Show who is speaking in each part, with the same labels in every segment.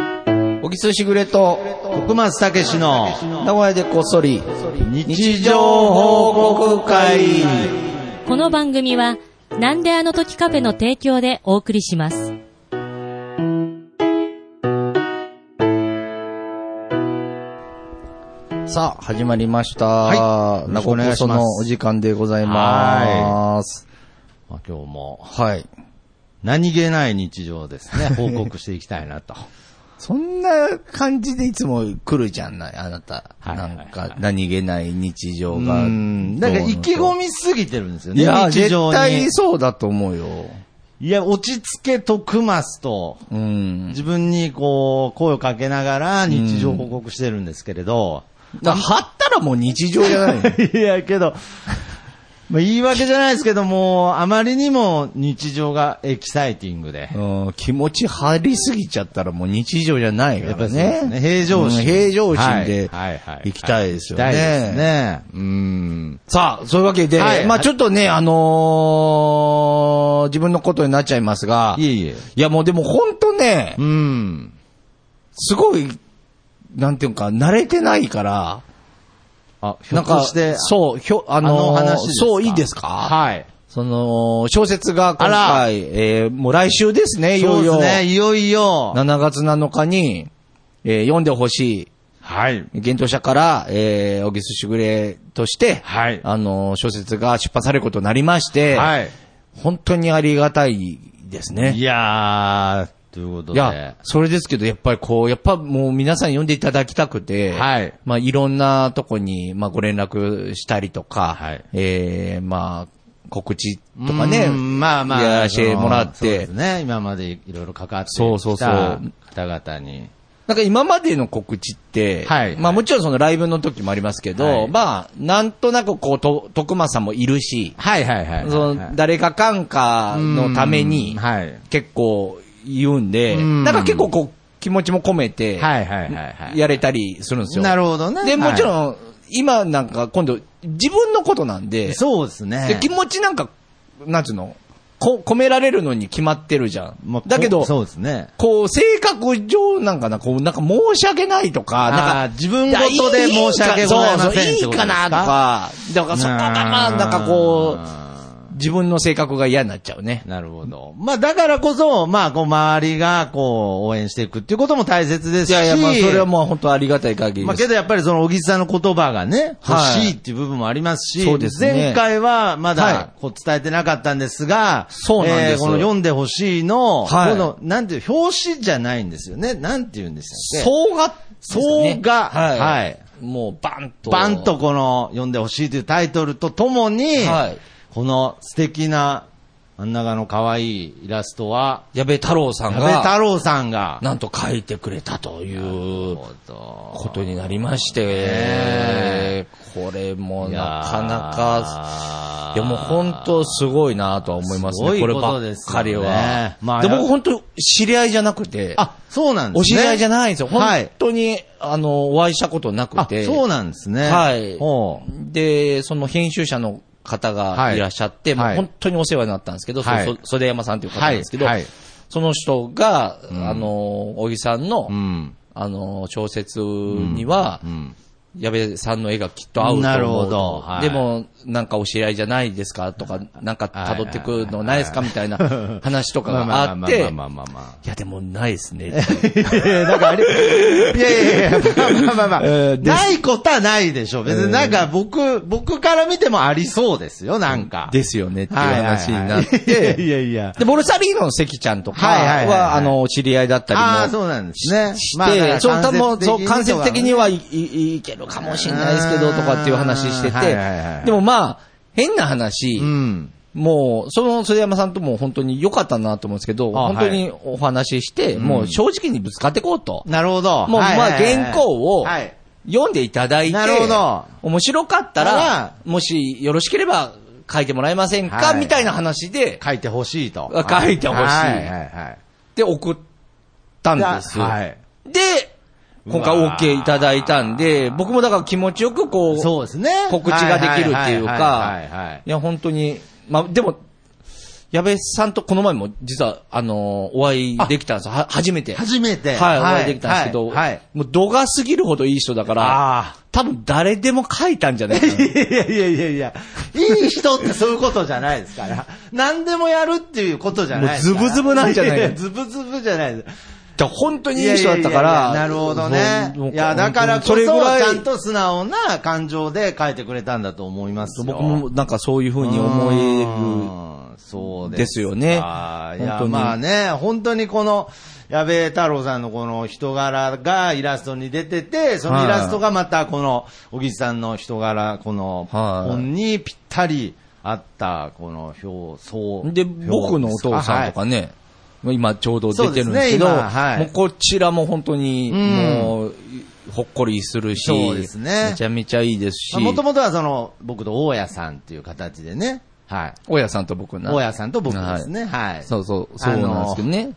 Speaker 1: 小木須しぐれと、
Speaker 2: 徳松たけしの
Speaker 1: 名古屋でこっそり、
Speaker 2: 日常報告会。
Speaker 3: この番組は、なんであの時カフェの提供でお送りします。
Speaker 1: さあ、始まりました。
Speaker 2: はいよろ
Speaker 1: な
Speaker 2: しくお
Speaker 1: こ
Speaker 2: 願
Speaker 1: こ
Speaker 2: いし
Speaker 1: そ
Speaker 2: ます
Speaker 1: のお時間でございます。
Speaker 2: まあ、今日も
Speaker 1: はい。
Speaker 2: 何気ない日常です ね、報告していきたいなと。
Speaker 1: そんな感じでいつも来るじゃんない、あなた。
Speaker 2: はいはいはい
Speaker 1: なんか、何気ない日常
Speaker 2: う
Speaker 1: が。
Speaker 2: ん。なんか意気込みすぎてるんですよ
Speaker 1: い
Speaker 2: ね、
Speaker 1: や、
Speaker 2: 日
Speaker 1: 絶
Speaker 2: 常に
Speaker 1: 対。そうだと思うよ。
Speaker 2: いや、落ち着け徳松と、
Speaker 1: うん。
Speaker 2: 自分にこう、声をかけながら日常報告してるんですけれど、
Speaker 1: だ貼ったらもう日常じゃないの
Speaker 2: いや、けど、まあ、言い訳じゃないですけども、あまりにも日常がエキサイティングで。
Speaker 1: うん気持ち張りすぎちゃったらもう日常じゃないか
Speaker 2: やっぱ
Speaker 1: ら
Speaker 2: りそうですね。
Speaker 1: ね。
Speaker 2: 平常心。
Speaker 1: うん平常心で
Speaker 2: はいはいはい
Speaker 1: 行きたいですよ
Speaker 2: 行きたいです
Speaker 1: ね。
Speaker 2: ね。うん。
Speaker 1: さあ、そういうわけで、
Speaker 2: はい
Speaker 1: まあちょっとね、あのー自分のことになっちゃいますが、
Speaker 2: いえいえ。
Speaker 1: いやもうでも本当ね
Speaker 2: う、ん。
Speaker 1: すごい、なんていうか、慣れてないから、
Speaker 2: あ、ひょ
Speaker 1: なん
Speaker 2: っと
Speaker 1: か、
Speaker 2: して、
Speaker 1: そう、ひょ、あ
Speaker 2: あ
Speaker 1: のー
Speaker 2: の話ですか
Speaker 1: そう、いいですか
Speaker 2: はい。
Speaker 1: その、小説が今
Speaker 2: あら
Speaker 1: 回、えーもう来週ですね、いよい
Speaker 2: そ
Speaker 1: よ。
Speaker 2: うですね。いよいよ。
Speaker 1: 7月7日に、えー読んでほし
Speaker 2: はい。
Speaker 1: い、幻冬者から、えー、小木寿しぐれとして、
Speaker 2: はい
Speaker 1: あのー小説が出版されることになりまして、
Speaker 2: はい。
Speaker 1: 本当にありがたいですね。
Speaker 2: いやー、ということ
Speaker 1: い
Speaker 2: で。
Speaker 1: や、それですけど、やっぱりこう、やっぱもう皆さん読んでいただきたくて、
Speaker 2: はい
Speaker 1: まあいろんなとこに、まあご連絡したりとか、
Speaker 2: はい
Speaker 1: えーまあ告知とかね、
Speaker 2: うんまあまあ。
Speaker 1: やらせてもらっ
Speaker 2: そうで
Speaker 1: て
Speaker 2: す、ね。今までいろいろ関わって
Speaker 1: そうそう
Speaker 2: き
Speaker 1: そ
Speaker 2: た
Speaker 1: う
Speaker 2: 方々に。
Speaker 1: なんか今までの告知って、
Speaker 2: はい
Speaker 1: まあもちろんそのライブの時もありますけど、
Speaker 2: はい
Speaker 1: まあ、なんとなくこう、と、徳間さんもいるし、
Speaker 2: はいはいはい。
Speaker 1: その、誰かかんかのために、
Speaker 2: はい。
Speaker 1: 結構言うんで、
Speaker 2: うん
Speaker 1: なんか結構こう、気持ちも込めて、
Speaker 2: はいはいはいはい。
Speaker 1: やれたりするんですよ。
Speaker 2: なるほどね。
Speaker 1: で、もち
Speaker 2: ん。
Speaker 1: ろん、今なんか今度、自分のことなんで、
Speaker 2: そうですね。
Speaker 1: で気持ちなんか、なんつうの、こ、込められるのに決まってるじゃん。
Speaker 2: まあこ
Speaker 1: だけど、
Speaker 2: そうですね。
Speaker 1: こう、性格上なんかな、こう、なんか申し訳ないとか、な
Speaker 2: あ
Speaker 1: んか、
Speaker 2: ー自分事で申し訳ございません
Speaker 1: そうそう、
Speaker 2: って
Speaker 1: い
Speaker 2: こ
Speaker 1: い
Speaker 2: とで
Speaker 1: か
Speaker 2: す
Speaker 1: なとか、だからそこがまあ、なんかこう、自分の性格が嫌になっちゃうね。
Speaker 2: なるほど。まあ、だからこそ、まあ、こう、周りが、こう、応援していくっていうことも大切ですし。
Speaker 1: いやいや、まあ、それはもう本当ありがたい限り
Speaker 2: まあ、
Speaker 1: です。
Speaker 2: けどやっぱりその、小木さんの言葉がね、欲
Speaker 1: はい
Speaker 2: しいっていう部分もありますし、
Speaker 1: そうですね
Speaker 2: 前回はま
Speaker 1: は
Speaker 2: だ、こう、伝えてなかったんですが、
Speaker 1: そうなんです
Speaker 2: えーこの、読んでほしいの、
Speaker 1: はい
Speaker 2: この、なんていう、表紙じゃないんですよね。なんていうんでしたっけ
Speaker 1: そうが、
Speaker 2: そうが
Speaker 1: はい。
Speaker 2: はい
Speaker 1: もう、バンと。
Speaker 2: バンとこの、読んでほしいというタイトルとともに、
Speaker 1: はい
Speaker 2: この素敵な、真ん中の可愛いイラストは、
Speaker 1: 矢部太郎さん
Speaker 2: 矢部太
Speaker 1: が、
Speaker 2: 郎さんが、
Speaker 1: なんと書いてくれたというこ
Speaker 2: こと
Speaker 1: になりまし
Speaker 2: ね
Speaker 1: て、これもなかなか、いやもう本当すごいなとは思いますね。
Speaker 2: すごい
Speaker 1: これ
Speaker 2: こ
Speaker 1: ば
Speaker 2: と
Speaker 1: っ
Speaker 2: ですよ
Speaker 1: か
Speaker 2: ね
Speaker 1: りは。
Speaker 2: まあ
Speaker 1: で、
Speaker 2: や
Speaker 1: 僕本当知り合いじゃなくて、
Speaker 2: あ、そうなんですね。
Speaker 1: お知り合いじゃないんですよ。
Speaker 2: はい
Speaker 1: 本当に、あの、お会いしたことなく
Speaker 2: あ、
Speaker 1: て。
Speaker 2: そうなんですね。
Speaker 1: はい
Speaker 2: ほう
Speaker 1: で、その編集者の方がいらっしゃって、
Speaker 2: はい
Speaker 1: もう本当にお世話になったんですけど、
Speaker 2: はい
Speaker 1: そそ袖山さんという方なんですけど、
Speaker 2: はいはい
Speaker 1: その人が、あの、小木さんの、
Speaker 2: うん。
Speaker 1: あの、小説には、
Speaker 2: うん。
Speaker 1: 矢部さんの絵がきっと合うと思う。
Speaker 2: なるほどはい
Speaker 1: でも、なんかお知り合いじゃないですかとか、なんか辿ってくのないですかみたいな話とかがあって、
Speaker 2: まあまあまあまあまあまあ。
Speaker 1: いやでもないです ね。
Speaker 2: なんかあれ、いやいやいや、まあまあまあまあ、
Speaker 1: えーです
Speaker 2: ないことはないでしょう。別になんか僕、僕から見てもありそうですよ、なんか。
Speaker 1: ですよねっていう
Speaker 2: はいはいはい
Speaker 1: 話になっ
Speaker 2: い
Speaker 1: て、
Speaker 2: やいや。
Speaker 1: で、ボルサリーノの関ちゃんとか
Speaker 2: はいはいはいはい
Speaker 1: は、あの、お知り合いだったりも。
Speaker 2: ああー、そうなんですね。
Speaker 1: して、
Speaker 2: まあだから
Speaker 1: そう、多分、そう、間
Speaker 2: 間接
Speaker 1: 接的
Speaker 2: 的
Speaker 1: に
Speaker 2: に
Speaker 1: はい、い、いけるかもしれないですけど、とかっていう話して
Speaker 2: はいはいはいは
Speaker 1: て
Speaker 2: い、
Speaker 1: でもまあ、変な話、
Speaker 2: うん。
Speaker 1: もう、その袖山さんとも本当に良かったなと思うんですけど、
Speaker 2: あはい
Speaker 1: 本当にお話しして、もう正直にぶつかっていこうと。
Speaker 2: なるほど。
Speaker 1: もう、ま
Speaker 2: はいはい
Speaker 1: あ、
Speaker 2: はい
Speaker 1: 原稿を
Speaker 2: はい。
Speaker 1: 読んでいただいて
Speaker 2: なるほど、
Speaker 1: 面白かった
Speaker 2: な
Speaker 1: ら
Speaker 2: ら、
Speaker 1: もしよろしければ書いてもらえませんか
Speaker 2: はい
Speaker 1: みたいな話で、
Speaker 2: 書いてほしいと。
Speaker 1: 書いてほしい
Speaker 2: はいはいはい。
Speaker 1: で送ったんです。
Speaker 2: はい。
Speaker 1: で、今回
Speaker 2: うわ
Speaker 1: OK いただいたんで、僕もだから気持ちよくこう、
Speaker 2: そうですね。
Speaker 1: 告知ができるっていうか
Speaker 2: はいはいはいはいはいはい、
Speaker 1: いや、本当に、まあ、でも、矢部さんとこの前も実は、あのーお会いできたんですよ。は初めて。はい、
Speaker 2: 初めて。
Speaker 1: お会いできたんですけど、
Speaker 2: はい。はい
Speaker 1: もう度が過ぎるほどいい人だから、
Speaker 2: あ
Speaker 1: 多分誰でも書いたんじゃ ないか
Speaker 2: あ。いやいやいやいや、いい人ってそういうことじゃないですから。何でもやるっていうことじゃないですから。
Speaker 1: もうズブズブなんじゃない
Speaker 2: ややズブズブじゃないです。
Speaker 1: な。本当にいい人だったから。
Speaker 2: いやいやいやなるほどね
Speaker 1: もうも。う
Speaker 2: いや、だからこそ、
Speaker 1: れ
Speaker 2: ち
Speaker 1: ぐらい
Speaker 2: ゃんと素直な感情で書いてくれたんだと思いますよ。
Speaker 1: 僕もなんかそういうふうに思え
Speaker 2: える。そう
Speaker 1: る
Speaker 2: で
Speaker 1: ですすよね。
Speaker 2: あーい
Speaker 1: 本
Speaker 2: や
Speaker 1: 当、に
Speaker 2: まあね、本当にこの、矢部太郎さんのこの人柄がイラストに出てて、そのイラストがまたこの、小木さんの人柄、この
Speaker 1: はい
Speaker 2: 本にぴったり合った、この表、そう。
Speaker 1: で、僕のお父さんと
Speaker 2: は
Speaker 1: かね、今ちょうど出てるんですけど、
Speaker 2: そうですね今はい
Speaker 1: もうこちらも本当に、
Speaker 2: うん
Speaker 1: もう、ほっこりするし、
Speaker 2: そうですね
Speaker 1: めちゃめちゃいいです
Speaker 2: い。
Speaker 1: し、
Speaker 2: もともとはその、僕と大家さんっていう形でね、はい。
Speaker 1: 大家さんと僕な。
Speaker 2: 大家さんと僕ですね、はい。
Speaker 1: そうそう、そうなんですけどね。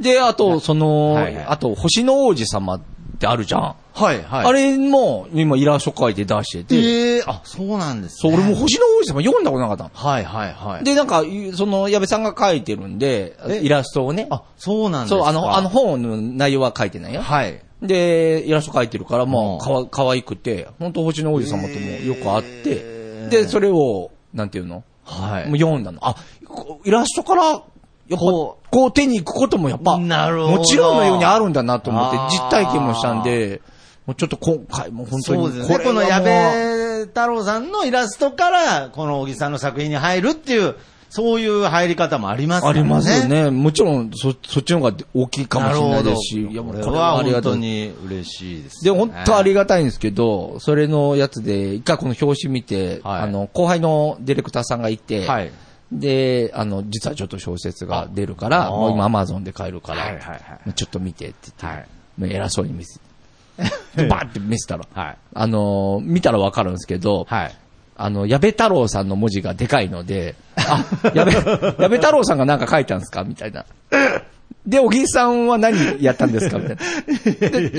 Speaker 1: で、あと、その、
Speaker 2: はいはい
Speaker 1: あと、星の王子様ってあるじゃん。
Speaker 2: はい、はい。
Speaker 1: あれも、今、イラスト書いて出してて、
Speaker 2: ええあ、そうなんです、
Speaker 1: そ
Speaker 2: ね。
Speaker 1: う、俺も星の王子様読んだことなかったの。
Speaker 2: はい、はい、はい。
Speaker 1: で、なんか、いその、矢部さんが書いてるんで、
Speaker 2: え
Speaker 1: イラストをね。
Speaker 2: あ、そうなんです
Speaker 1: そ
Speaker 2: か。
Speaker 1: う、あの、あの、本の内容は書いてないよ。
Speaker 2: はい。
Speaker 1: で、イラスト描いてるから、ま
Speaker 2: うん
Speaker 1: あ、かわ、可愛くて、本当星の王子様ともよくあって
Speaker 2: へ、ー
Speaker 1: で、それを、なんていうの
Speaker 2: はい。
Speaker 1: もう読んだの。あ、こイラストから、やっぱ、こ
Speaker 2: こ
Speaker 1: う手に行くこともやっぱ、
Speaker 2: なるほど
Speaker 1: もちろんのようにあるんだなと思って
Speaker 2: あ、ー
Speaker 1: 実体験もしたんで、もうちょっと今回も本当に、
Speaker 2: そうですね。
Speaker 1: れは
Speaker 2: こ
Speaker 1: も
Speaker 2: の
Speaker 1: う
Speaker 2: 矢部太郎さんのイラストから、この小木さんの作品に入るっていう、そういう入り方もありますか
Speaker 1: あ
Speaker 2: らね。
Speaker 1: りますよ。ね。もちろん、そ、そっちの方が大きいかもしれないですし、い
Speaker 2: い
Speaker 1: や、
Speaker 2: や、
Speaker 1: もう
Speaker 2: これ
Speaker 1: これは
Speaker 2: は
Speaker 1: あり
Speaker 2: 本
Speaker 1: がと
Speaker 2: 当
Speaker 1: う。
Speaker 2: に嬉しいです、
Speaker 1: で、
Speaker 2: ね。
Speaker 1: 本当ありがたいんですけど、それのやつで、一回この表紙見て、
Speaker 2: はい
Speaker 1: あの、後輩のディレクターさんがいて、
Speaker 2: はい。
Speaker 1: で、あの、実はちょっと小説が出るから、
Speaker 2: あ
Speaker 1: もう今アマゾンで買えるから、
Speaker 2: はいはいはい
Speaker 1: ちょっと見てって言って、
Speaker 2: はい
Speaker 1: もう偉そうに見 せて、バーって見せたら、
Speaker 2: はい。
Speaker 1: あの、見たらわかるんですけど、
Speaker 2: はい。
Speaker 1: あの、矢部太郎さんの文字がでかいので、あ、矢部、矢部太郎さんがなんか書いたんですかみたいな。で、小木さんは何やったんですかみたいな。で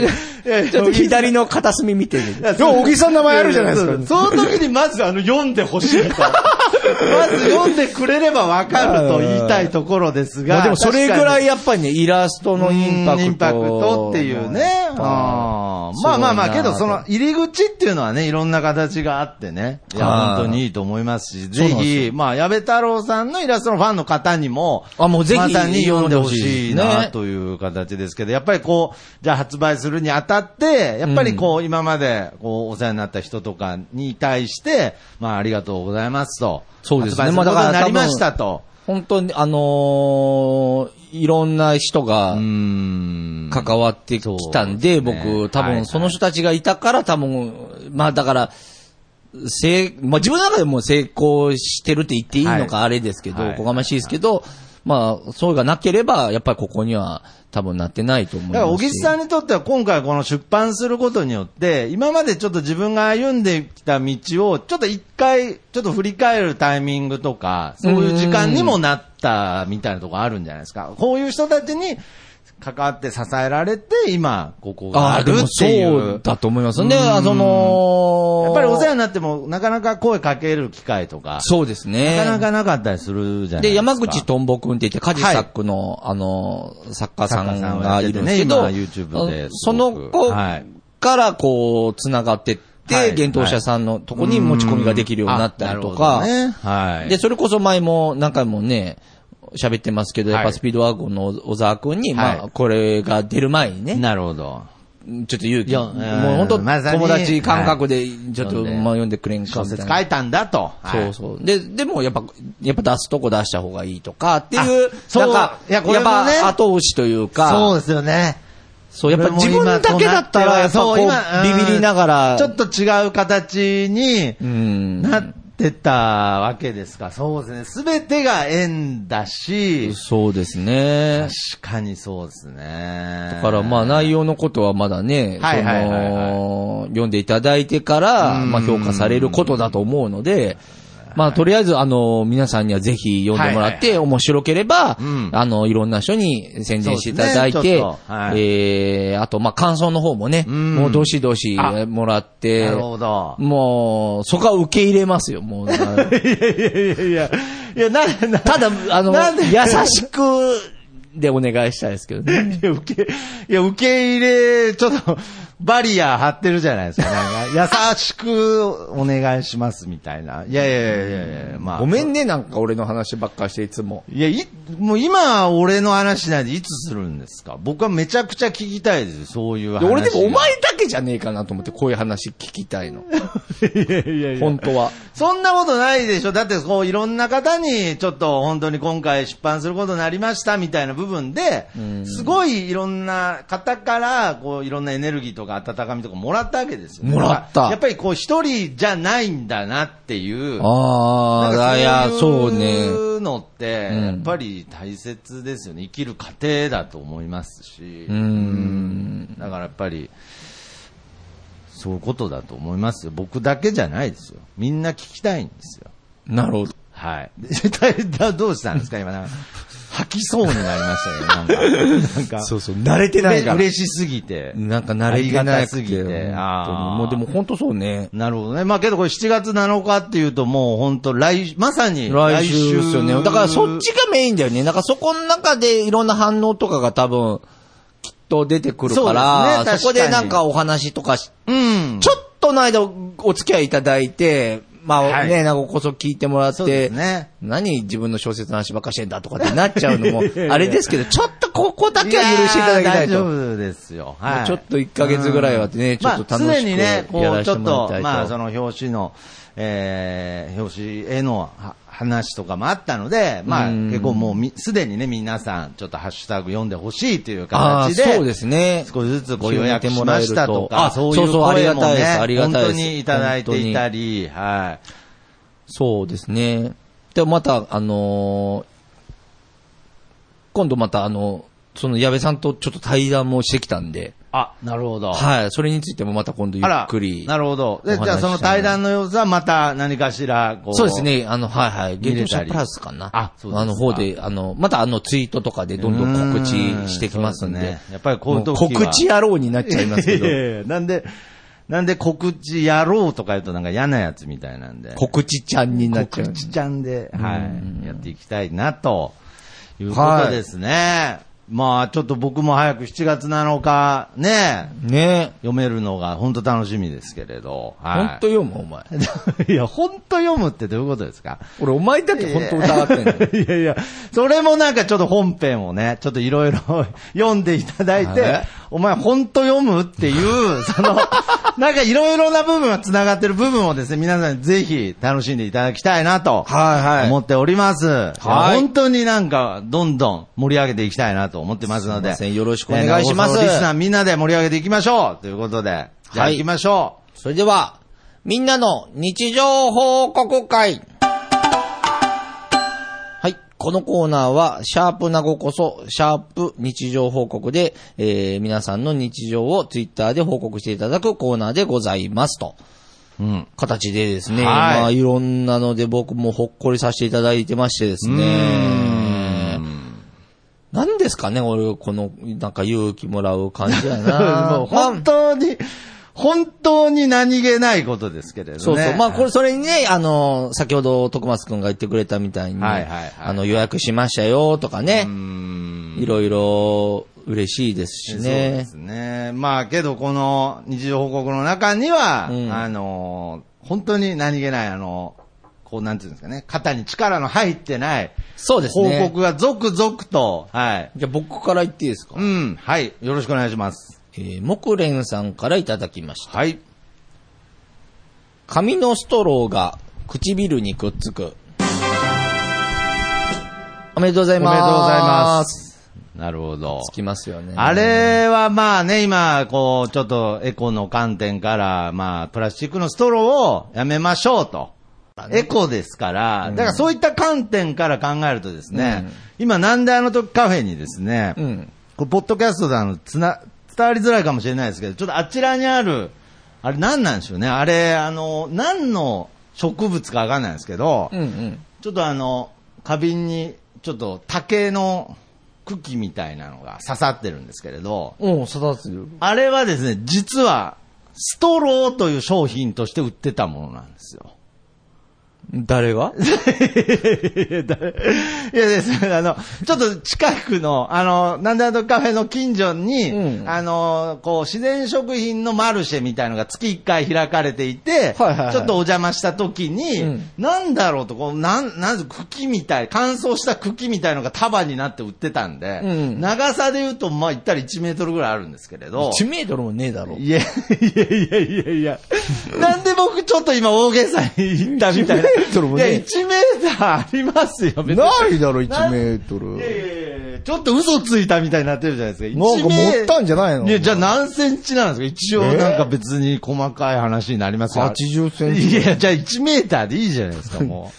Speaker 1: でちょっと左の片隅見てみて。いや、小木さんの名前あるじゃないですか。
Speaker 2: その時にまずあの読んでほし いと。まず読んでくれればわかると言いたいところです
Speaker 1: ま
Speaker 2: が。
Speaker 1: あでもそれぐらい
Speaker 2: や
Speaker 1: やっぱりね、イラストのインパクト。
Speaker 2: インパクトっていうね。あーまあまあまあ、けどその入り口っていうのはね、いろんな形があってね。いや、
Speaker 1: はい
Speaker 2: 本当にいいと思いますし、
Speaker 1: そう
Speaker 2: ぜ
Speaker 1: なんです
Speaker 2: ひ、まあ、矢部太郎さんのイラストのファンの方にも、
Speaker 1: あもうぜひ
Speaker 2: まさに読んでほしい
Speaker 1: 読んでほしいね
Speaker 2: な、という形ですけど、やっぱりこう、じゃあ発売するにあたって、やっぱりこう、今まで、こう、お世話になった人とかに対して、まあ、ありがとうございますと。
Speaker 1: そうですね
Speaker 2: 発売ること
Speaker 1: まあだ
Speaker 2: に
Speaker 1: から
Speaker 2: なりましたと。
Speaker 1: 本当に、あのーいろんな人が
Speaker 2: うーん。
Speaker 1: 関わってきたんで、
Speaker 2: そうですね
Speaker 1: 僕、多
Speaker 2: はいは
Speaker 1: 分
Speaker 2: い
Speaker 1: その人たちがいたから、多分、まあだから、成、まあ自分の中でも成功してるって言っていいのか
Speaker 2: はい
Speaker 1: あれですけど、
Speaker 2: は
Speaker 1: お
Speaker 2: い
Speaker 1: こがましいですけど、まあ、そうがなければ、やっぱりここには多分なってないと思いま
Speaker 2: だ
Speaker 1: す
Speaker 2: か
Speaker 1: し。
Speaker 2: ら、小木さんにとっては今回この出版することによって、今までちょっと自分が歩んできた道を、ちょっと一回、ちょっと振り返るタイミングとか、そういう時間にもなったみたいなところあるんじゃないですか。こういう人たちに関わって支えられて、今、ここが
Speaker 1: あ
Speaker 2: あ
Speaker 1: あ、
Speaker 2: る
Speaker 1: でも
Speaker 2: っていう。
Speaker 1: そうだと思います。で、
Speaker 2: うん
Speaker 1: あその、
Speaker 2: やっぱりお世話になっても、なかなか声かける機会とか、
Speaker 1: そうですね。
Speaker 2: なかなかなかったりするじゃないですか。
Speaker 1: で、山口とんぼくんって言って、カジサックの、あの、作家さんがいるんですけど、
Speaker 2: 作家さんをやっててね今 YouTube です
Speaker 1: その子
Speaker 2: はい
Speaker 1: からこう、つながってって、
Speaker 2: はい
Speaker 1: 幻冬舎さんのとこに持ち込みができるようになったりとか、
Speaker 2: うんあなるほどねはい。
Speaker 1: で、それこそ前も何回もね、喋ってますけど、やっぱスピードワゴンの小沢くんに、
Speaker 2: はい
Speaker 1: まあ、これが出る前にね、
Speaker 2: なるほど。
Speaker 1: ちょっと勇気、
Speaker 2: いや
Speaker 1: もう本当、
Speaker 2: うんまさに
Speaker 1: 友達感覚で、ちょっと、
Speaker 2: はい
Speaker 1: まあ、読んでくれんか
Speaker 2: 小
Speaker 1: みたい
Speaker 2: 説書
Speaker 1: な。
Speaker 2: いたんだと。はい
Speaker 1: そうそう。で、でもやっぱ、やっぱ出すとこ出した方がいいとかっていう、
Speaker 2: あそう
Speaker 1: なんか、
Speaker 2: いやこれ
Speaker 1: っ
Speaker 2: もね
Speaker 1: ぱ後押しというか、
Speaker 2: そうですよね。
Speaker 1: そう、やっぱ自分だけだったら、やっぱこう、
Speaker 2: そう今うん
Speaker 1: ビビりながら、
Speaker 2: ちょっと違う形に
Speaker 1: うん。
Speaker 2: なってたわけですか。そうですね。すべてが縁だし、
Speaker 1: そうですね。
Speaker 2: 確かにそうですね。
Speaker 1: だからまあ内容のことはまだね、
Speaker 2: はいはいはいは
Speaker 1: そ
Speaker 2: い
Speaker 1: の、読んでいただいてから、まあ評価されることだと思うので、まあ、とりあえず、あの、皆さんにはぜひ読んでもらっ
Speaker 2: は
Speaker 1: て、面白ければ
Speaker 2: うん、
Speaker 1: あの、いろんな人に宣伝していただい
Speaker 2: そうですね
Speaker 1: て
Speaker 2: ちょっ、とはい
Speaker 1: えーあと、まあ、感想の方もね、
Speaker 2: うん
Speaker 1: もう、どしどし
Speaker 2: あ
Speaker 1: もらっ
Speaker 2: な
Speaker 1: て
Speaker 2: る、ほど。
Speaker 1: もう、そこは受け入れますよ、 もう。
Speaker 2: いやいやいやいや、いや、な、な、
Speaker 1: ただ、あの、
Speaker 2: なんで
Speaker 1: 優しく、でお願いしたいですけどね。
Speaker 2: いや、受け、いや、受け入れ、ちょっと、バリア張ってるじゃないですか。なんか、優しくお願いしますみたいな。いやいやいやいやいや、まあ。
Speaker 1: ごめ
Speaker 2: ん。
Speaker 1: んね、なんか俺の話ばっかりして、いつも。
Speaker 2: いや、い、もう今、俺の話なんでいつするんですか僕はめちゃくちゃ聞きたいです。そういう
Speaker 1: で
Speaker 2: 話。
Speaker 1: 俺でもお前だけじゃねえかなと思って、こういう話聞きたいの。
Speaker 2: いやいやいや
Speaker 1: 本当は。
Speaker 2: そんなことないでしょ。だって、こう、いろんな方に、ちょっと、本当に今回出版することになりました、みたいな部分で、すごいいろんな方から、こう、いろんなエネルギーとか温かみとかもらったわけですよね。
Speaker 1: もらった
Speaker 2: やっぱり、こう、一人じゃないんだなっていう。
Speaker 1: あ
Speaker 2: なんか
Speaker 1: あ、いや、そう
Speaker 2: そ
Speaker 1: ね。
Speaker 2: ういうのって、
Speaker 1: ん
Speaker 2: やっぱり大切ですよね。生きる過程だと思いますし。
Speaker 1: うん。
Speaker 2: だからやっぱり、そういうことだと思いますよ。僕だけじゃないですよ。みんな聞きたいんですよ。
Speaker 1: なるほど。
Speaker 2: はい。 だどうしたんですか今なんか吐きそうになりましたけど、なんか。なん か
Speaker 1: そうそう、慣れてないから。
Speaker 2: 嬉しすぎて。
Speaker 1: なんか慣れて
Speaker 2: あり
Speaker 1: な
Speaker 2: がた
Speaker 1: い
Speaker 2: すぎて。あー
Speaker 1: もうでも本当そうね。
Speaker 2: なるほどね。まあけどこれ7月7日っていうともう本当来、まさに
Speaker 1: 来週ですよね。だからそっちがメインだよね。なんかそこの中でいろんな反応とかが多分、きっと出てくるから、
Speaker 2: そうですね
Speaker 1: そこで
Speaker 2: 確か
Speaker 1: な
Speaker 2: に
Speaker 1: んかお話とかし
Speaker 2: うん。
Speaker 1: ちょっとの間お付き合いいただいて、ま
Speaker 2: は
Speaker 1: あ
Speaker 2: い
Speaker 1: ね、なんかこそ聞いてもらっ
Speaker 2: そう
Speaker 1: て、
Speaker 2: ですね。
Speaker 1: 何自分の小説の話ばっかしてんだとかってなっちゃうのも、 あれですけど、ちょっとここだけは許していただきたい
Speaker 2: や
Speaker 1: と。
Speaker 2: ー大丈夫ですよ。は
Speaker 1: も。
Speaker 2: いう
Speaker 1: ちょっと1ヶ月ぐらいはねちょっと楽しく
Speaker 2: まあ、常にね、こ
Speaker 1: やらせ
Speaker 2: う、ち
Speaker 1: て
Speaker 2: ょっ
Speaker 1: もらい
Speaker 2: と
Speaker 1: たいと、
Speaker 2: まあ、その表紙の、えー、表紙へのは話とかもあったので、まあ、
Speaker 1: うん
Speaker 2: 結構もうみ、すでにね、皆さん、ちょっとハッシュタグ読んでほしいという
Speaker 1: ああー、
Speaker 2: 形で、
Speaker 1: そうですね。
Speaker 2: 少しずつご予約しましたとか、
Speaker 1: 決めてもらえると
Speaker 2: そういう声
Speaker 1: あそう
Speaker 2: も
Speaker 1: そうありがたいで
Speaker 2: ね
Speaker 1: すありが
Speaker 2: 本
Speaker 1: たい
Speaker 2: 当
Speaker 1: です
Speaker 2: にいただいていたり、はい。
Speaker 1: そうですね。で、また、あのー今度また、あの、その矢部さんとちょっと対談もしてきたんで、
Speaker 2: あ、なるほど。
Speaker 1: はい、それについてもまた今度ゆ
Speaker 2: あ
Speaker 1: っ
Speaker 2: ら
Speaker 1: くり。、
Speaker 2: なるほど。で、
Speaker 1: お話し
Speaker 2: じゃあその対談の様子はまた何かしら、こう。
Speaker 1: そうです。ね。あの、はいはい。
Speaker 2: 見
Speaker 1: 芸
Speaker 2: れ
Speaker 1: 能
Speaker 2: た
Speaker 1: 者
Speaker 2: り
Speaker 1: プラスかな。
Speaker 2: あそうですか
Speaker 1: あの方で、あの、またあのツイートとかでどんどん告知してきますんで。
Speaker 2: うーんそうですねやっぱりこういう時は
Speaker 1: も告知野郎になっちゃいますけど
Speaker 2: い。やいやいやなんで、なんで告知やろうとか言うとなんか嫌なやつみたいなんで。
Speaker 1: 告知ちゃんになっちゃう
Speaker 2: 告。知ちゃんで、はい。やっていきたいな、ということですね。まあ、ちょっと僕も早く7月7日、ね、
Speaker 1: ね
Speaker 2: 読めるのが本当楽しみですけれど。
Speaker 1: え。ほんと
Speaker 2: い。
Speaker 1: 読む、お前。
Speaker 2: いや、本当読むってどういうことですか
Speaker 1: 俺、お前だけ本当疑 ってんの。
Speaker 2: いやいや、それもなんかちょっと本編をね、ちょっといろいろ 読んでいただいて
Speaker 1: は、
Speaker 2: お前本当読むっていう、 その、なんかいろいろな部分が繋がってる部分をですね、皆さんぜひ楽しんでいただきたいなと、
Speaker 1: はいはい
Speaker 2: 思っております。はい
Speaker 1: い
Speaker 2: 本当になんか、どんどん盛り上げていきたいなと思ってますの
Speaker 1: すい
Speaker 2: で
Speaker 1: ません。よろしくお願いします
Speaker 2: ねリスナーみんなで盛り上げていきましょうということで、じゃあ
Speaker 1: はい
Speaker 2: 行きましょう。
Speaker 1: それでは、みんなの日常報告会。はい。このコーナーは、シャープなごこそ、シャープ日常報告で、えー、皆さんの日常をツイッターで報告していただくコーナーでございますと。
Speaker 2: うん。
Speaker 1: 形でですね、
Speaker 2: はい
Speaker 1: まあいろんなので僕もほっこりさせていただいてましてですね。何ですかね、俺、この、なんか勇気もらう感じや な。
Speaker 2: もう本当に、本当に何気ないことですけれどね。
Speaker 1: そうそう。まあ、これ、それにね、あの、先ほど徳松くんが言ってくれたみたいに、
Speaker 2: はいはいはい
Speaker 1: あの、予約しましたよとかね、いろいろ嬉しいですし
Speaker 2: そうで
Speaker 1: ね。
Speaker 2: すね。まあけど、この日常報告の中には、
Speaker 1: うん
Speaker 2: あの、本当に何気ない、あの、こうなんていうんですかね、肩に力の入ってない
Speaker 1: そうです
Speaker 2: 報
Speaker 1: ね。
Speaker 2: 告が続々と、はい。
Speaker 1: じゃあ僕から言っていいですか、
Speaker 2: うん、はい。よろしくお願いします。
Speaker 1: えー、木蓮さんからいただきました。
Speaker 2: はい。
Speaker 1: 紙のストローが唇にくっつく。おめでとうございます。
Speaker 2: おめでとうございま。す。なるほど。
Speaker 1: つきますよね。
Speaker 2: あれはまあね、今、こう、ちょっとエコの観点から、まあ、プラスチックのストローをやめましょうと。エコですから、だからそういった観点から考えるとですね、今なんであの時カフェにですね、
Speaker 1: うん
Speaker 2: これポッドキャストであのつな、伝わりづらいかもしれないですけど、ちょっとあちらにある、あれ何なんでしょうね、あれ、あの、何の植物かわかんないですけど、
Speaker 1: うんうん。
Speaker 2: ちょっとあの、花瓶に、ちょっと竹の茎みたいなのが刺さってるんですけれど、
Speaker 1: おう育つよ。
Speaker 2: あれはですね、実は、ストローという商品として売ってたものなんですよ。
Speaker 1: 誰が
Speaker 2: いやですね、あの、ちょっと近くの、あの、なんだとカフェの近所に、
Speaker 1: うん
Speaker 2: あの、こう、自然食品のマルシェみたいのが月1回開かれていて、
Speaker 1: はいはいはい
Speaker 2: ちょっとお邪魔した時に、
Speaker 1: うん
Speaker 2: なんだろうと、こう、なん、なん茎みたい、乾燥した茎みたいのが束になって売ってたんで、
Speaker 1: うん
Speaker 2: 長さで言うと、まあ、言ったら1メートルぐらいあるんですけれど、
Speaker 1: 知名度もねえだろ。
Speaker 2: いや、いやいやいやいや。なんで僕ちょっと今大げさに言ったみたいな。
Speaker 1: 1メートルもね
Speaker 2: いや、1メーターありますよ、別に
Speaker 1: ないだろ、1メート
Speaker 2: いやい
Speaker 1: ル。
Speaker 2: やいやいやちょっと嘘ついたみたいになってるじゃないですか。
Speaker 1: なんか持ったん
Speaker 2: じ
Speaker 1: じゃないの
Speaker 2: いや、じゃあ何センチなんですか一応
Speaker 1: え
Speaker 2: なんか別に細かい話になりますよ。
Speaker 1: 80センチ
Speaker 2: いや、じゃあ1メーターでいいじゃないですか、も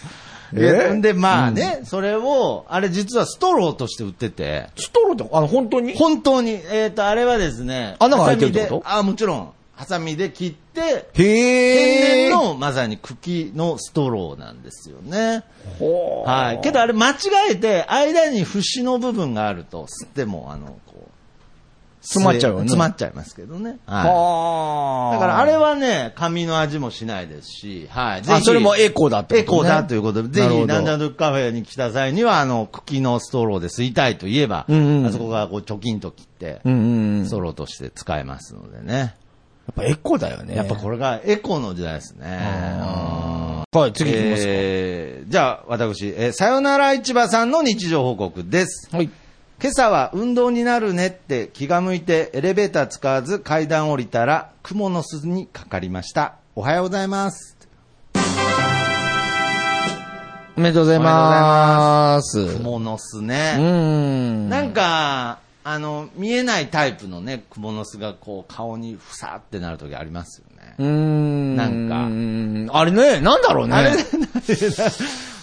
Speaker 2: う。いや
Speaker 1: え
Speaker 2: んで、まあね、それを、あれ実はストローとして売ってて、
Speaker 1: ストローって、あの、本当に
Speaker 2: 本当に、えっ、と、あれはですね、
Speaker 1: 穴が開いてるってこと
Speaker 2: ハサミであ、もちろん、ハサミで切って、
Speaker 1: へ
Speaker 2: 天然
Speaker 1: え。
Speaker 2: の、まさに茎のストローなんですよね。
Speaker 1: ほう
Speaker 2: はい。けどあれ間違えて、間に節の部分があると、吸っても、あの、こう。
Speaker 1: 詰まっちゃうよね
Speaker 2: 詰まっちゃいますけどね。は。
Speaker 1: はい
Speaker 2: だからあれはね、紙の味もしないですし、はい。ぜ
Speaker 1: あ、
Speaker 2: ひ
Speaker 1: それもエコだって
Speaker 2: エコだということで、ぜひ、
Speaker 1: な
Speaker 2: なん
Speaker 1: る
Speaker 2: だ
Speaker 1: ほど
Speaker 2: ドカフェに来た際には、あの、茎のストローで吸いたいといえば、
Speaker 1: うんうん
Speaker 2: あそこがこう、チョキンと切って、
Speaker 1: うんうんうん。
Speaker 2: ストローとして使えますのでね。
Speaker 1: やっぱエコだよね。
Speaker 2: やっぱこれがエコの時代ですね。
Speaker 1: れ。はい、次行きますか。
Speaker 2: えーじゃあ、私、えーさよなら市場さんの日常報告です。
Speaker 1: はい。
Speaker 2: 今朝は運動になるねって気が向いてエレベーター使わず階段降りたら雲の巣にかかりました。おはようございます。
Speaker 1: おめでとうございます。う
Speaker 2: 雲の巣ね。
Speaker 1: ーん。
Speaker 2: なんか、あの、見えないタイプのね、雲の巣がこう顔にふさってなる時ありますよね。
Speaker 1: うーん。
Speaker 2: なんか
Speaker 1: か。あれね、なんだろうね。
Speaker 2: あれ、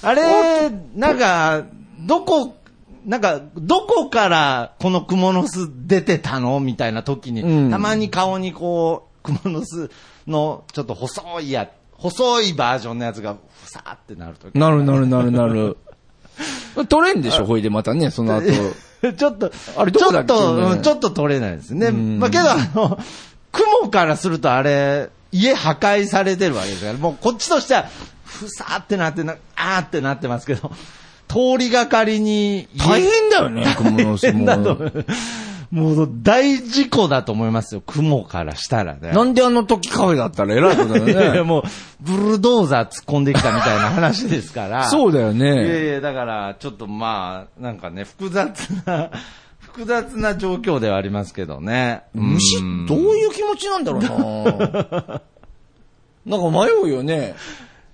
Speaker 2: あれ、なんか、どこ、なんか、どこからこのクモの巣出てたのみたいな時に、
Speaker 1: うん
Speaker 2: たまに顔にこう、クモの巣のちょっと細いや、細いバージョンのやつが、ふさーってなる時。
Speaker 1: なるなるなるなる。 取れんでしょ、ほいでまたね、その後。
Speaker 2: ちょっと、
Speaker 1: あれどこだっけ
Speaker 2: ちょっと、
Speaker 1: ね
Speaker 2: うんちょっと取れないですね。
Speaker 1: ん
Speaker 2: まあけど、あの、雲からするとあれ、家破壊されてるわけですから、もうこっちとしては、ふさーってなってな、あーってなってますけど、通りがかりに家、
Speaker 1: 大変だよね、蜘蛛の 巣も。
Speaker 2: もう大事故だと思いますよ、雲からしたらね。
Speaker 1: なんであの時カフェだったら偉いこと
Speaker 2: いや
Speaker 1: だ
Speaker 2: い
Speaker 1: よ
Speaker 2: や
Speaker 1: ね。
Speaker 2: もう、ブルドーザー突っ込んできたみたいな話ですから。
Speaker 1: そうだよ
Speaker 2: いや
Speaker 1: ね。
Speaker 2: いや、だから、ちょっとまあ、なんかね、複雑な、 複雑な状況ではありますけどね。うん
Speaker 1: 虫、どういう気持ちなんだろ うな。なんか迷うよね。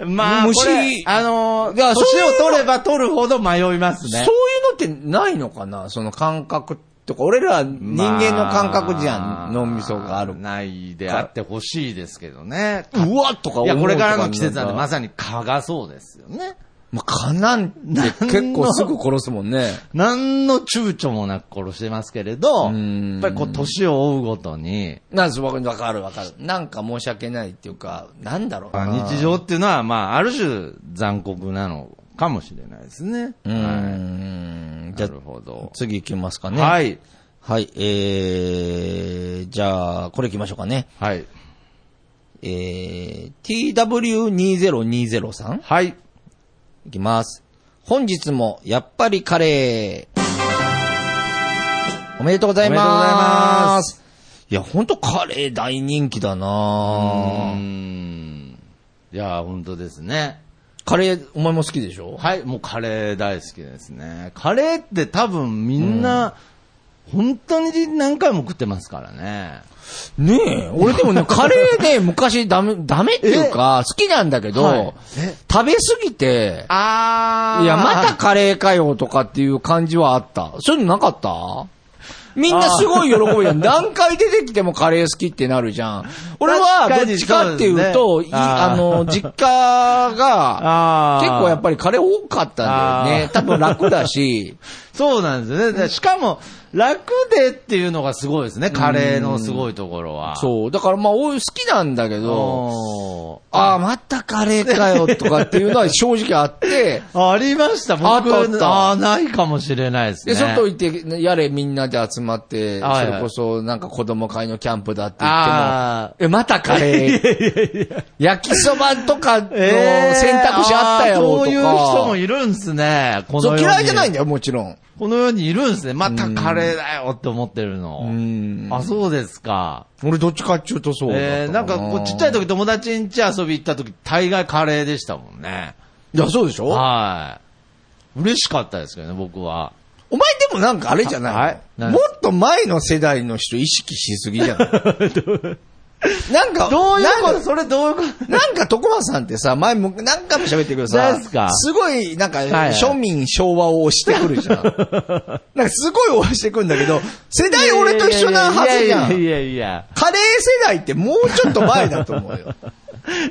Speaker 2: まあ、
Speaker 1: 虫
Speaker 2: これあのー、
Speaker 1: いや
Speaker 2: 年
Speaker 1: そういう
Speaker 2: を
Speaker 1: の
Speaker 2: 取れば取るほど迷いま
Speaker 1: そ
Speaker 2: す
Speaker 1: う
Speaker 2: ね。
Speaker 1: いうのってないのかなその感覚とか。俺ら人間の感覚じゃん。
Speaker 2: まあ
Speaker 1: 脳みそがある。
Speaker 2: ないであってほしいですけどね。
Speaker 1: うわっとか思うとか
Speaker 2: いや、これからの季節なんで、ま
Speaker 1: ま
Speaker 2: さに蚊がそうですよね。
Speaker 1: あ、蚊なんて結構すぐ殺すもんね。
Speaker 2: 何の躊躇もなく殺してますけれど、や
Speaker 1: ん
Speaker 2: っぱりこう、年を追うごとに、
Speaker 1: なんす、わかるわかるわかる。なんか申し訳ないっていうか、なんだろう
Speaker 2: まあ
Speaker 1: な。
Speaker 2: 日常っていうのは、まあ、ある種残酷なのかもしれないですね。
Speaker 1: う
Speaker 2: は
Speaker 1: ーん。
Speaker 2: い
Speaker 1: じゃ
Speaker 2: な
Speaker 1: あ
Speaker 2: る、ほど。
Speaker 1: 次行きますかね。。
Speaker 2: はいい。
Speaker 1: はい、えー、じゃあ、これ行きましょうかね。
Speaker 2: はい。
Speaker 1: えー、TW2020 さん
Speaker 2: はい。
Speaker 1: いきます。本日も、やっぱりカレー。おめでとうございま。
Speaker 2: ます
Speaker 1: いや、ほんとカレー大人気だ
Speaker 2: うー。
Speaker 1: なん
Speaker 2: いや、本当ですね。
Speaker 1: カレー、お前も好きでしょ
Speaker 2: はい、もうカレー大好きですね。カレーって多分みんな、本当に何回も食ってますからね。
Speaker 1: ねえ、俺でも ね、カレーね、昔ダメ、ダメっていうか、好きなんだけど、
Speaker 2: はいえ
Speaker 1: 食べすぎて、
Speaker 2: あ
Speaker 1: いや、またカレーかよとかっていう感じはあった。そういうのなかったみんなすごい喜ぶ やん。何回出てきてもカレー好きってなるじゃん。俺は、
Speaker 2: 確
Speaker 1: ど
Speaker 2: か
Speaker 1: っ
Speaker 2: に
Speaker 1: ちかっていう
Speaker 2: そ
Speaker 1: と、
Speaker 2: うです
Speaker 1: い
Speaker 2: ねあー
Speaker 1: あの、実家が、
Speaker 2: あ
Speaker 1: 結構やっ
Speaker 2: ぱ
Speaker 1: ぱりカレー多かったんだよね
Speaker 2: あ。ー
Speaker 1: 多分楽だし、
Speaker 2: そうなんですよね。でしかも、楽でっていうのがすごいですね、カレーのすごいところは。う。
Speaker 1: そう。だからまあ、お好きなんだけど、
Speaker 2: お
Speaker 1: ああ、またカレーかよとかっていうのは正直あ って、
Speaker 2: ーありました、僕
Speaker 1: あったあった
Speaker 2: あーないかもしれないですね。
Speaker 1: で、外行って、やれみんなで集まって、
Speaker 2: はいはい
Speaker 1: それこそなんか子供会のキャンプだって言っても、
Speaker 2: あ
Speaker 1: え、またカレー。 焼きそばとかの
Speaker 2: ーえー
Speaker 1: 選択肢あったよとか。
Speaker 2: あーそういう人もいるんですね。こ
Speaker 1: そ
Speaker 2: の世
Speaker 1: う
Speaker 2: に
Speaker 1: 嫌いじゃないんだよ、もちろん。
Speaker 2: この世にいるんですね。またカレーだよって思ってるの。
Speaker 1: ん
Speaker 2: あ、そうですか。
Speaker 1: 俺どっちかっちゅうとそうだった
Speaker 2: えー、なんかこう、ちっちゃい
Speaker 1: と
Speaker 2: 時友達ん家遊び行った時、大概カレーでしたもんね。
Speaker 1: いや、そうでしょ
Speaker 2: はい。嬉しかったですけどね、僕は。
Speaker 1: お前でもなんかあれじゃ
Speaker 2: は
Speaker 1: ない
Speaker 2: い
Speaker 1: のもっと前の世代の人意識しすぎじゃない なんか、
Speaker 2: どういう
Speaker 1: なん
Speaker 2: こ
Speaker 1: か
Speaker 2: とそれどういうこと
Speaker 1: なんか、徳間さんってさ、前も何回も喋ってくるさ、
Speaker 2: 何すか
Speaker 1: ごい、なんか、
Speaker 2: はい
Speaker 1: 庶民、昭和を押してくるじゃ ん。なんか、すごい押してくるんだけど、世代俺と一緒なはずじゃん。
Speaker 2: いやいやいや
Speaker 1: カレー世代ってもうちょっと前だと思う よ。
Speaker 2: いや。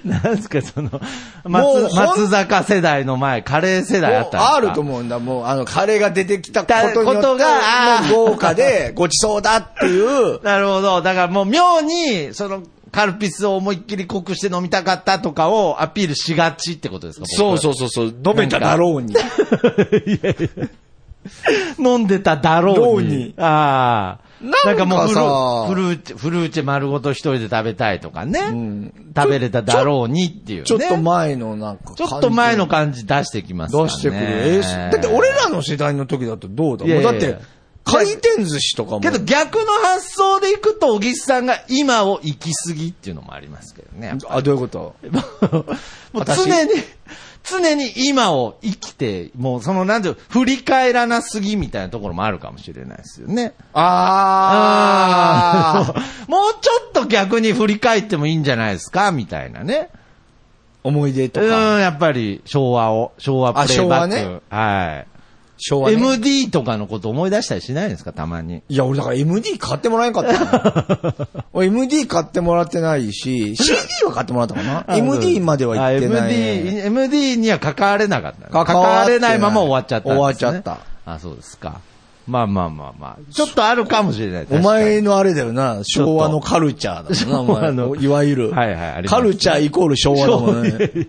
Speaker 2: なんすか、その、
Speaker 1: もうほ
Speaker 2: 松
Speaker 1: ん
Speaker 2: 松坂世代の前、カレー世代あったんですか
Speaker 1: あると思うんだ。もう、あの、カレーが出てきたことによっ
Speaker 2: こと
Speaker 1: て、
Speaker 2: があー
Speaker 1: もう豪華で、ごちそうだって いう、
Speaker 2: なるほど。だからもう妙に、その、カルピスを思いっきり濃くして飲みたかったとかをアピールしがちってことですか
Speaker 1: そうそうそうそう、飲めただろう に。
Speaker 2: う。いやいや飲んでただろうに。
Speaker 1: ろうに
Speaker 2: ああ。
Speaker 1: なんかさ
Speaker 2: フルフルーチェ、フルーチェ丸ごと一人で食べたいとかね。
Speaker 1: ん
Speaker 2: 食べれただろうにっていう、ね。
Speaker 1: ちょっと前のなんか感
Speaker 2: ち
Speaker 1: じ、
Speaker 2: ょっと前の感じ出してきますかね。
Speaker 1: 出してくる。えーそだって俺らの世代の時だとどうだ
Speaker 2: いやいやいや
Speaker 1: もうだって、回転寿司とかも。
Speaker 2: けど逆の発想でいくと、小木さんが今を行き過ぎっていうのもありますけどね。
Speaker 1: あ、どういうこと
Speaker 2: もう もう常に、常に今を生きて、もうその、なんていうの振り返らなすぎみたいなところもあるかもしれないですよね。
Speaker 1: あ ー。
Speaker 2: ーもうちょっと逆に振り返ってもいいんじゃないですかみたいなね。
Speaker 1: 思い出
Speaker 2: う
Speaker 1: と
Speaker 2: ん、
Speaker 1: か。
Speaker 2: やっぱり昭和を、昭和プレイバック。
Speaker 1: あ昭和ね
Speaker 2: はい。
Speaker 1: 昭和、ね。
Speaker 2: MD とかのこと思い出したりしないですかたまに。
Speaker 1: いや、俺だから MD 買ってもらえんかった な俺 MD 買ってもらってないし、CD は買ってもらったかな ?MD までは行ってない。
Speaker 2: あ MD、MD には関われなかったね。
Speaker 1: 関わってない
Speaker 2: 関われないまま終わっちゃったんです、ね。
Speaker 1: 終わっちゃっ
Speaker 2: あ、そうですか。まあまあまあまあ。ちょっとあるかもしれない。
Speaker 1: お
Speaker 2: 確
Speaker 1: 前のあれだよな、昭和のカルチャーだもんな、お前
Speaker 2: 昭和の
Speaker 1: の。いわゆる。
Speaker 2: はいはいあります
Speaker 1: カルチャーイコール昭和だもんね。
Speaker 2: かに。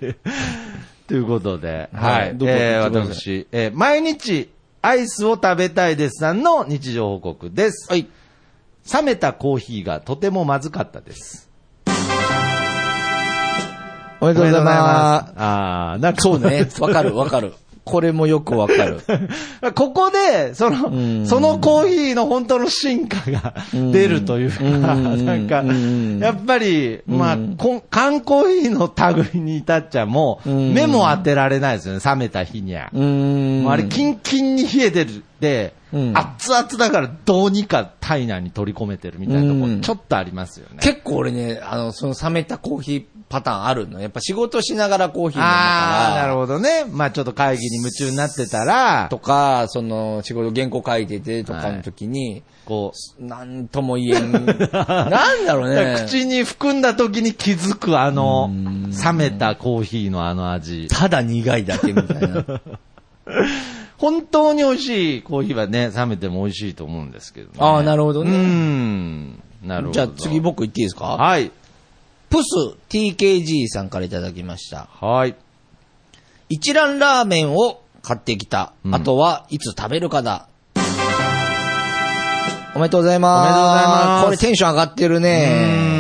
Speaker 2: ということで、は
Speaker 1: はい
Speaker 2: い。
Speaker 1: どこ
Speaker 2: えー
Speaker 1: どこ
Speaker 2: 私、えー毎日アイスを食べたいですさんの日常報告です。はい。冷めたコーヒーがとてもまずかったです。
Speaker 1: おめで
Speaker 2: お
Speaker 1: とうございます。
Speaker 2: す。あー、なんか
Speaker 1: そうね。わかるわかる。これもよくわか る。
Speaker 2: ここで、その、
Speaker 1: ん
Speaker 2: そのコーヒーの本当の進化が出るというか、
Speaker 1: うん
Speaker 2: なんか
Speaker 1: うん、
Speaker 2: やっぱり、まあ、こ缶コーヒーの類に至っちゃもう、
Speaker 1: うん
Speaker 2: 目も当てられないですよね、冷めた日には。
Speaker 1: ん
Speaker 2: もうあれ、キンキンに冷えてるで、
Speaker 1: うん
Speaker 2: 熱々だからどうにか体内に取り込めてるみたいなとこ
Speaker 1: う
Speaker 2: ろ、
Speaker 1: ん
Speaker 2: ちょっとありますよね。
Speaker 1: 結構俺ね、あの、その冷めたコーヒーパターンあるの。やっぱ仕事しながらコーヒー飲む
Speaker 2: ああ、な
Speaker 1: か
Speaker 2: る
Speaker 1: ら。
Speaker 2: ほどね。まあ、ちょっと会議に夢中になってたら、
Speaker 1: とか、その、仕事原稿書いててとかの時に、
Speaker 2: こう、
Speaker 1: なんとも言え ん。なんだろうね。
Speaker 2: 口に含んだ時に気づくあの、冷めたコーヒーのあの味。
Speaker 1: ただ苦いだけみたいな。
Speaker 2: 本当に美味しいコーヒーはね、冷めても美味しいと思うんですけどね。
Speaker 1: ああ、なるほど
Speaker 2: うー
Speaker 1: ね。
Speaker 2: ん。なるほど。
Speaker 1: じゃあ次。僕言っていいですか
Speaker 2: はい。
Speaker 1: プス TKG さんからいただきました。
Speaker 2: はい。
Speaker 1: 一蘭ラーメンを買ってきた。
Speaker 2: うん
Speaker 1: あとはいつ食べるかだ。おめでとうございます。
Speaker 2: おめでとうございます
Speaker 1: これテンション上がってる
Speaker 2: うん
Speaker 1: ね。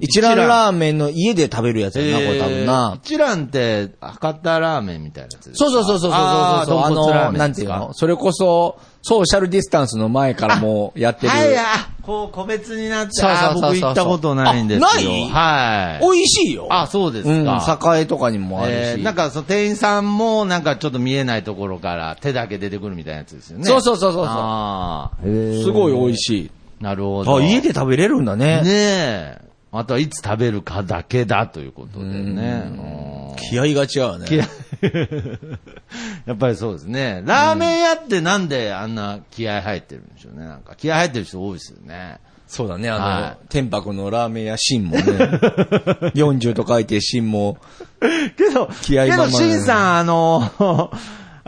Speaker 1: 一蘭ラーメンの家で食べるやつやな、これ多分
Speaker 2: えー
Speaker 1: な。
Speaker 2: 一蘭って、博多ラーメンみたいなやつです
Speaker 1: そ
Speaker 2: か
Speaker 1: うそうそうそうそうそうそう。
Speaker 2: あー
Speaker 1: あ
Speaker 2: 豚骨ラー
Speaker 1: の、
Speaker 2: メ
Speaker 1: な
Speaker 2: ン
Speaker 1: ん
Speaker 2: で
Speaker 1: て
Speaker 2: す
Speaker 1: いう
Speaker 2: か
Speaker 1: のそれこそ、ソーシャルディスタンスの前からもうやってる。
Speaker 2: はいはい、あこう、個別になって、
Speaker 1: そうそうそうそう
Speaker 2: あー僕行ったことないんですよ。
Speaker 1: あない
Speaker 2: はい。
Speaker 1: 美味しいよ。
Speaker 2: あ、そうですか。
Speaker 1: うん、栄とかにもあ
Speaker 2: え
Speaker 1: る
Speaker 2: ー
Speaker 1: し。
Speaker 2: なんかその店員さんもなんかちょっと見えないところから手だけ出てくるみたいなやつですよね。
Speaker 1: そうそうそうそうそう
Speaker 2: ああ、
Speaker 1: すごい美味しい。
Speaker 2: なるほど。
Speaker 1: あ、家で食べれるんだ
Speaker 2: ね
Speaker 1: ね。
Speaker 2: え。あとはいつ食べるかだけだということでね。うん
Speaker 1: 気合が違うね。
Speaker 2: 気合 やっぱりそうですね。ラーメン屋ってなんであんな気合入ってるんでしょうね。なんか気合入ってる人多いですよね。
Speaker 1: そうだね、あの、
Speaker 2: は
Speaker 1: 天白のラーメン屋、シンもね、40と書いてシンも、
Speaker 2: けど、
Speaker 1: 気合
Speaker 2: け
Speaker 1: 満
Speaker 2: ど、
Speaker 1: 々だね
Speaker 2: シンさん、あの、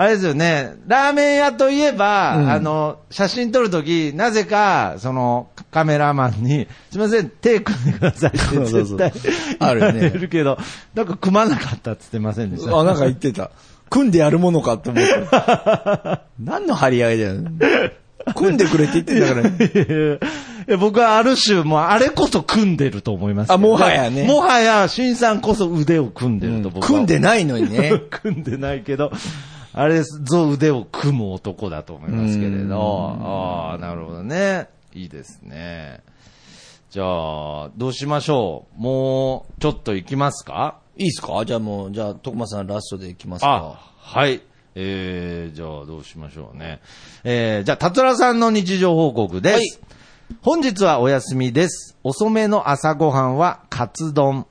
Speaker 2: あれですよね、ラーメン屋といえば、
Speaker 1: うん
Speaker 2: あの、写真撮るとき、なぜか、その、カメラマンに、すみません、手組んでくださいって
Speaker 1: そうそう
Speaker 2: 絶
Speaker 1: そう
Speaker 2: 対
Speaker 1: あるよね
Speaker 2: 言われるけど、なんか組まなかったって言ってませんでした。
Speaker 1: あ、なんか言ってた。組んでやるものかって思 った。何の張り合いだよ。組んでくれって言ってんだから、
Speaker 2: いや僕はある種、もうあれこそ組んでると思いますけど。
Speaker 1: あもはやね
Speaker 2: もはや、新さんこそ腕を組んで
Speaker 1: う
Speaker 2: る
Speaker 1: ん
Speaker 2: と僕は、
Speaker 1: 組んでないのにね。
Speaker 2: 組んでないけど、あれぞ腕を組む男だと思いますけれ
Speaker 1: うん
Speaker 2: ど、ああ、なるほどね。いいですね。じゃあ、どうしましょう。もう、ちょっと行きますか
Speaker 1: いいっすかじゃあもう、じゃあ、徳間さんラストでいきますか。
Speaker 2: あ、はい。えー、じゃあどうしましょうね。えー、じゃあ、たつらさんの日常報告です。
Speaker 1: はい
Speaker 2: 本日はお休みです。遅めの朝ごはんはカツ丼。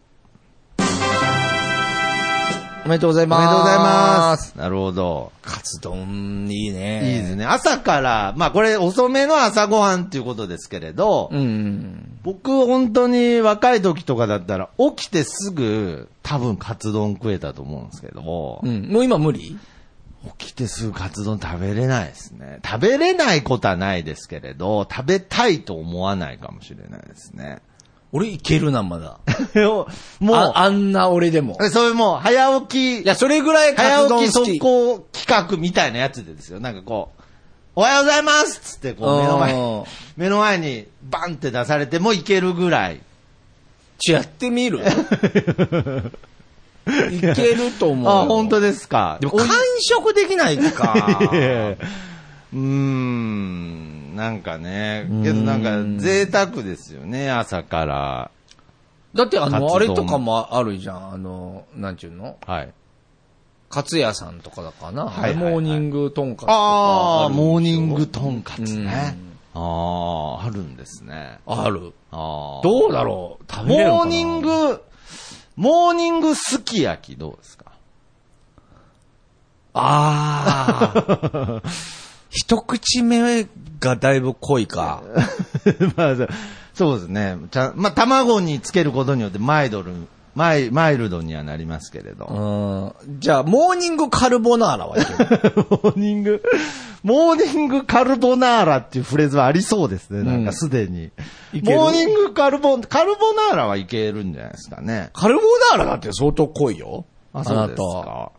Speaker 1: おめでとうござい
Speaker 2: おめ
Speaker 1: ます。
Speaker 2: でとうございます。なるほど。
Speaker 1: カツ丼、いいね。
Speaker 2: いいですね。朝から、まあこれ遅めの朝ごはんっていうことですけれど、
Speaker 1: うん。
Speaker 2: 僕本当に若い時とかだったら起きてすぐ多分カツ丼食えたと思うんですけど、
Speaker 1: うん。もう今無理
Speaker 2: 起きてすぐカツ丼食べれないですね。食べれないことはないですけれど、食べたいと思わないかもしれないですね。
Speaker 1: 俺いけるな、ま だ。
Speaker 2: もう、
Speaker 1: ああんな俺でも。
Speaker 2: そういうもう早起き、
Speaker 1: いや、それぐらいカツ
Speaker 2: 早
Speaker 1: 丼
Speaker 2: 起き
Speaker 1: 好
Speaker 2: 速
Speaker 1: き。
Speaker 2: 攻企画みたいなやつでですよ。なんかこう、おはようございますっつって、こう目の前
Speaker 1: うん
Speaker 2: に、目の前にバンって出されてもいけるぐらい。
Speaker 1: ちょやってみ るいけると思うよ。
Speaker 2: あ、本当ですか。
Speaker 1: でも完食できないか。
Speaker 2: いやいやいやうーん、なんかね、けどなんか贅沢ですよね、朝から。
Speaker 1: だってあ
Speaker 2: カ
Speaker 1: の、
Speaker 2: ツ丼
Speaker 1: あれとかもあるじゃん。あの、なんちゅうの
Speaker 2: はい。
Speaker 1: カツ屋さんとかだかな。
Speaker 2: はいはいはい
Speaker 1: モーニングトンカツとか
Speaker 2: ああ、
Speaker 1: るでしょ
Speaker 2: モーニングとんかつね。ああ、あるんですね。
Speaker 1: ある。
Speaker 2: ああ。
Speaker 1: どうだろう食べれるのかな
Speaker 2: モーニング、モーニングすき焼きどうですか
Speaker 1: ああ。 一口目がだいぶ濃いか。
Speaker 2: まあ、そうそうですね。ちゃんまあ、卵につけることによってマイドル、マイ、マイルドにはなりますけれど。
Speaker 1: う
Speaker 2: モ
Speaker 1: ん。じゃあ、モーニングカルボナーラはいけ る
Speaker 2: ーニング、モーニングカルボナーラっていうフレーズはありそうですね。なんかすでに。
Speaker 1: いける
Speaker 2: モーニングカルボ、カルボナーラはいけるんじゃないですかね。
Speaker 1: カルボナーラだって相当濃いよ。
Speaker 2: あ、そうです
Speaker 1: あなた
Speaker 2: か。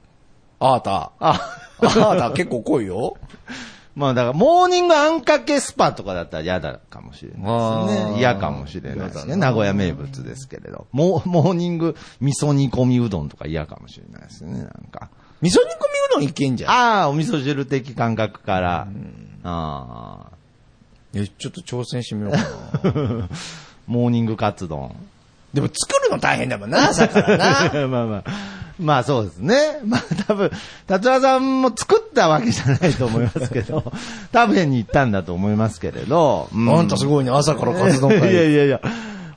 Speaker 1: あーた。
Speaker 2: あ、
Speaker 1: あー た結構濃いよ。
Speaker 2: まあだから、モーニングあんかけスパとかだったら嫌だかもしれないです
Speaker 1: あー
Speaker 2: ね。嫌かもしれないです
Speaker 1: 嫌だ
Speaker 2: ね。
Speaker 1: な
Speaker 2: 名古屋名物ですけれど。モモーニング味噌煮込みうどんとか嫌かもしれないですね、なんか。
Speaker 1: 味噌煮込みうどんいけんじゃん。
Speaker 2: ああ、お味噌汁的感覚から。ああ、
Speaker 1: いやちょっと挑戦してみようかな。
Speaker 2: モーニン グカツ丼。
Speaker 1: でも作るの大変だもん な、朝から
Speaker 2: ま
Speaker 1: な。
Speaker 2: あ まあ。まあそうですね。まあ多分、達和さんも作ったわけじゃないと思いますけど、食べに行ったんだと思いますけれど。うん
Speaker 1: あんたすごいね、朝からカツ丼
Speaker 2: い
Speaker 1: か
Speaker 2: や
Speaker 1: い。
Speaker 2: いやいや、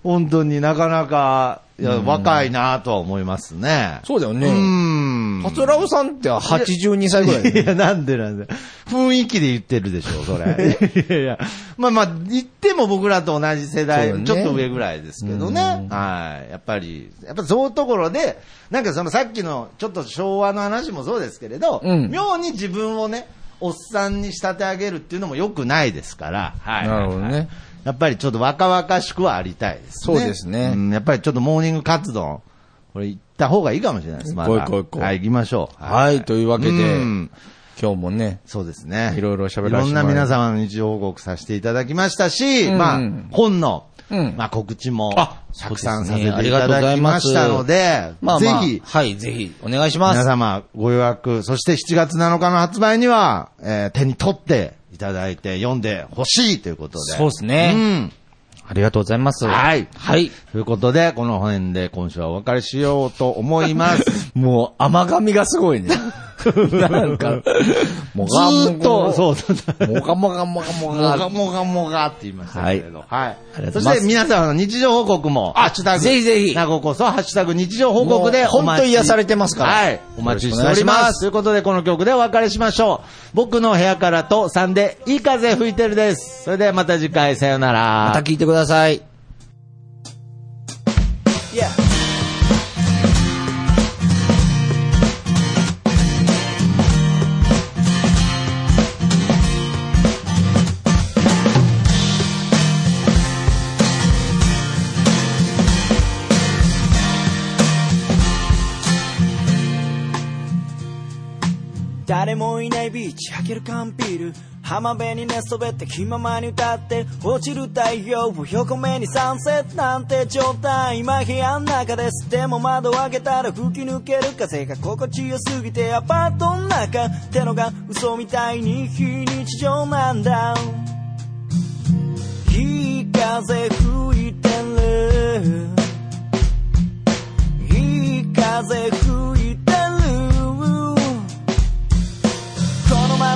Speaker 2: 本当になかなか、いや、若いなとは思いますね。
Speaker 1: そうだよ
Speaker 2: う
Speaker 1: ね。
Speaker 2: ん。
Speaker 1: カツラオさんって82歳ぐらいだよね
Speaker 2: いや、なんでなんで。雰囲気で言ってるでしょ、それ。いやいや。まあまあ、言っても僕らと同じ世
Speaker 1: そ
Speaker 2: 代、
Speaker 1: うだね
Speaker 2: ちょっと上ぐらいですけどね。はい。やっぱり、やっぱそういうところで、なんかそのさっきの、ちょっと昭和の話もそうですけれど、
Speaker 1: うん
Speaker 2: 妙に自分をね、おっさんに仕立て上げるっていうのも良くないですから、はい。
Speaker 1: なるほどね。
Speaker 2: やっぱりちょっと若々しくはありたいですね。
Speaker 1: そうですね
Speaker 2: んやっぱりちょっとモーニングカツ丼、これ行った方がいいかもしれないです、まだ。
Speaker 1: 行こう行こう行こう
Speaker 2: はい、行きましょう。
Speaker 1: はい、というわけで、
Speaker 2: うん
Speaker 1: 今日もね、
Speaker 2: そうですね。
Speaker 1: いろいろ喋
Speaker 2: い
Speaker 1: らせ
Speaker 2: ろ
Speaker 1: て
Speaker 2: ん
Speaker 1: もら
Speaker 2: ない皆様の日常報告させていただきましたし、
Speaker 1: うん
Speaker 2: まあ、本の、
Speaker 1: うん
Speaker 2: まあ、告知も、
Speaker 1: あ
Speaker 2: たくさん
Speaker 1: そ
Speaker 2: さ
Speaker 1: う
Speaker 2: せ
Speaker 1: です
Speaker 2: て
Speaker 1: ね
Speaker 2: いただきましたので、
Speaker 1: まあまあ、
Speaker 2: ぜひ、
Speaker 1: はい、ぜひ、お願いしま
Speaker 2: 皆
Speaker 1: す。
Speaker 2: 様ご予約、そして7月7日の発売には、えー手に取っていただいて読んでほしいということで。
Speaker 1: そうですね
Speaker 2: うん。
Speaker 1: ありがとうございます。
Speaker 2: はい
Speaker 1: はい。
Speaker 2: ということで、この辺で今週はお別れしようと思い ます。
Speaker 1: もう、甘噛みがすごいね。 なんか、も
Speaker 2: ずーっと、そうそうそう。
Speaker 1: う。もがもがもがも
Speaker 2: も
Speaker 1: が
Speaker 2: が。もがもがって言いましたけれど。はい
Speaker 1: ありがと
Speaker 2: そう
Speaker 1: ございます
Speaker 2: して皆様の日常報告も、ハッシュタグ、
Speaker 1: ぜひぜひ
Speaker 2: 名護こそ、ハッシュタグ日常報告で
Speaker 1: もう
Speaker 2: お待ち
Speaker 1: 本当に癒されてますから
Speaker 2: はい。お待ちしており
Speaker 1: よろしくお願いし
Speaker 2: ま
Speaker 1: ます
Speaker 2: す。ということで、この曲でお別れしましょう。僕の部屋からと3で、いい風吹いてるです。それではまた次回、さよなら。
Speaker 1: また聞いてください。
Speaker 4: 「誰もいないビーチ開ける缶ビール浜辺に寝そべって気ままに歌って落ちる太陽を横目にサンセットなんて状態今部屋の中ですでも窓を開けたら吹き抜ける風が心地よすぎてアパートの中ってのが嘘みたいに非日常なんだいい風吹いてるいい風吹いてるこのま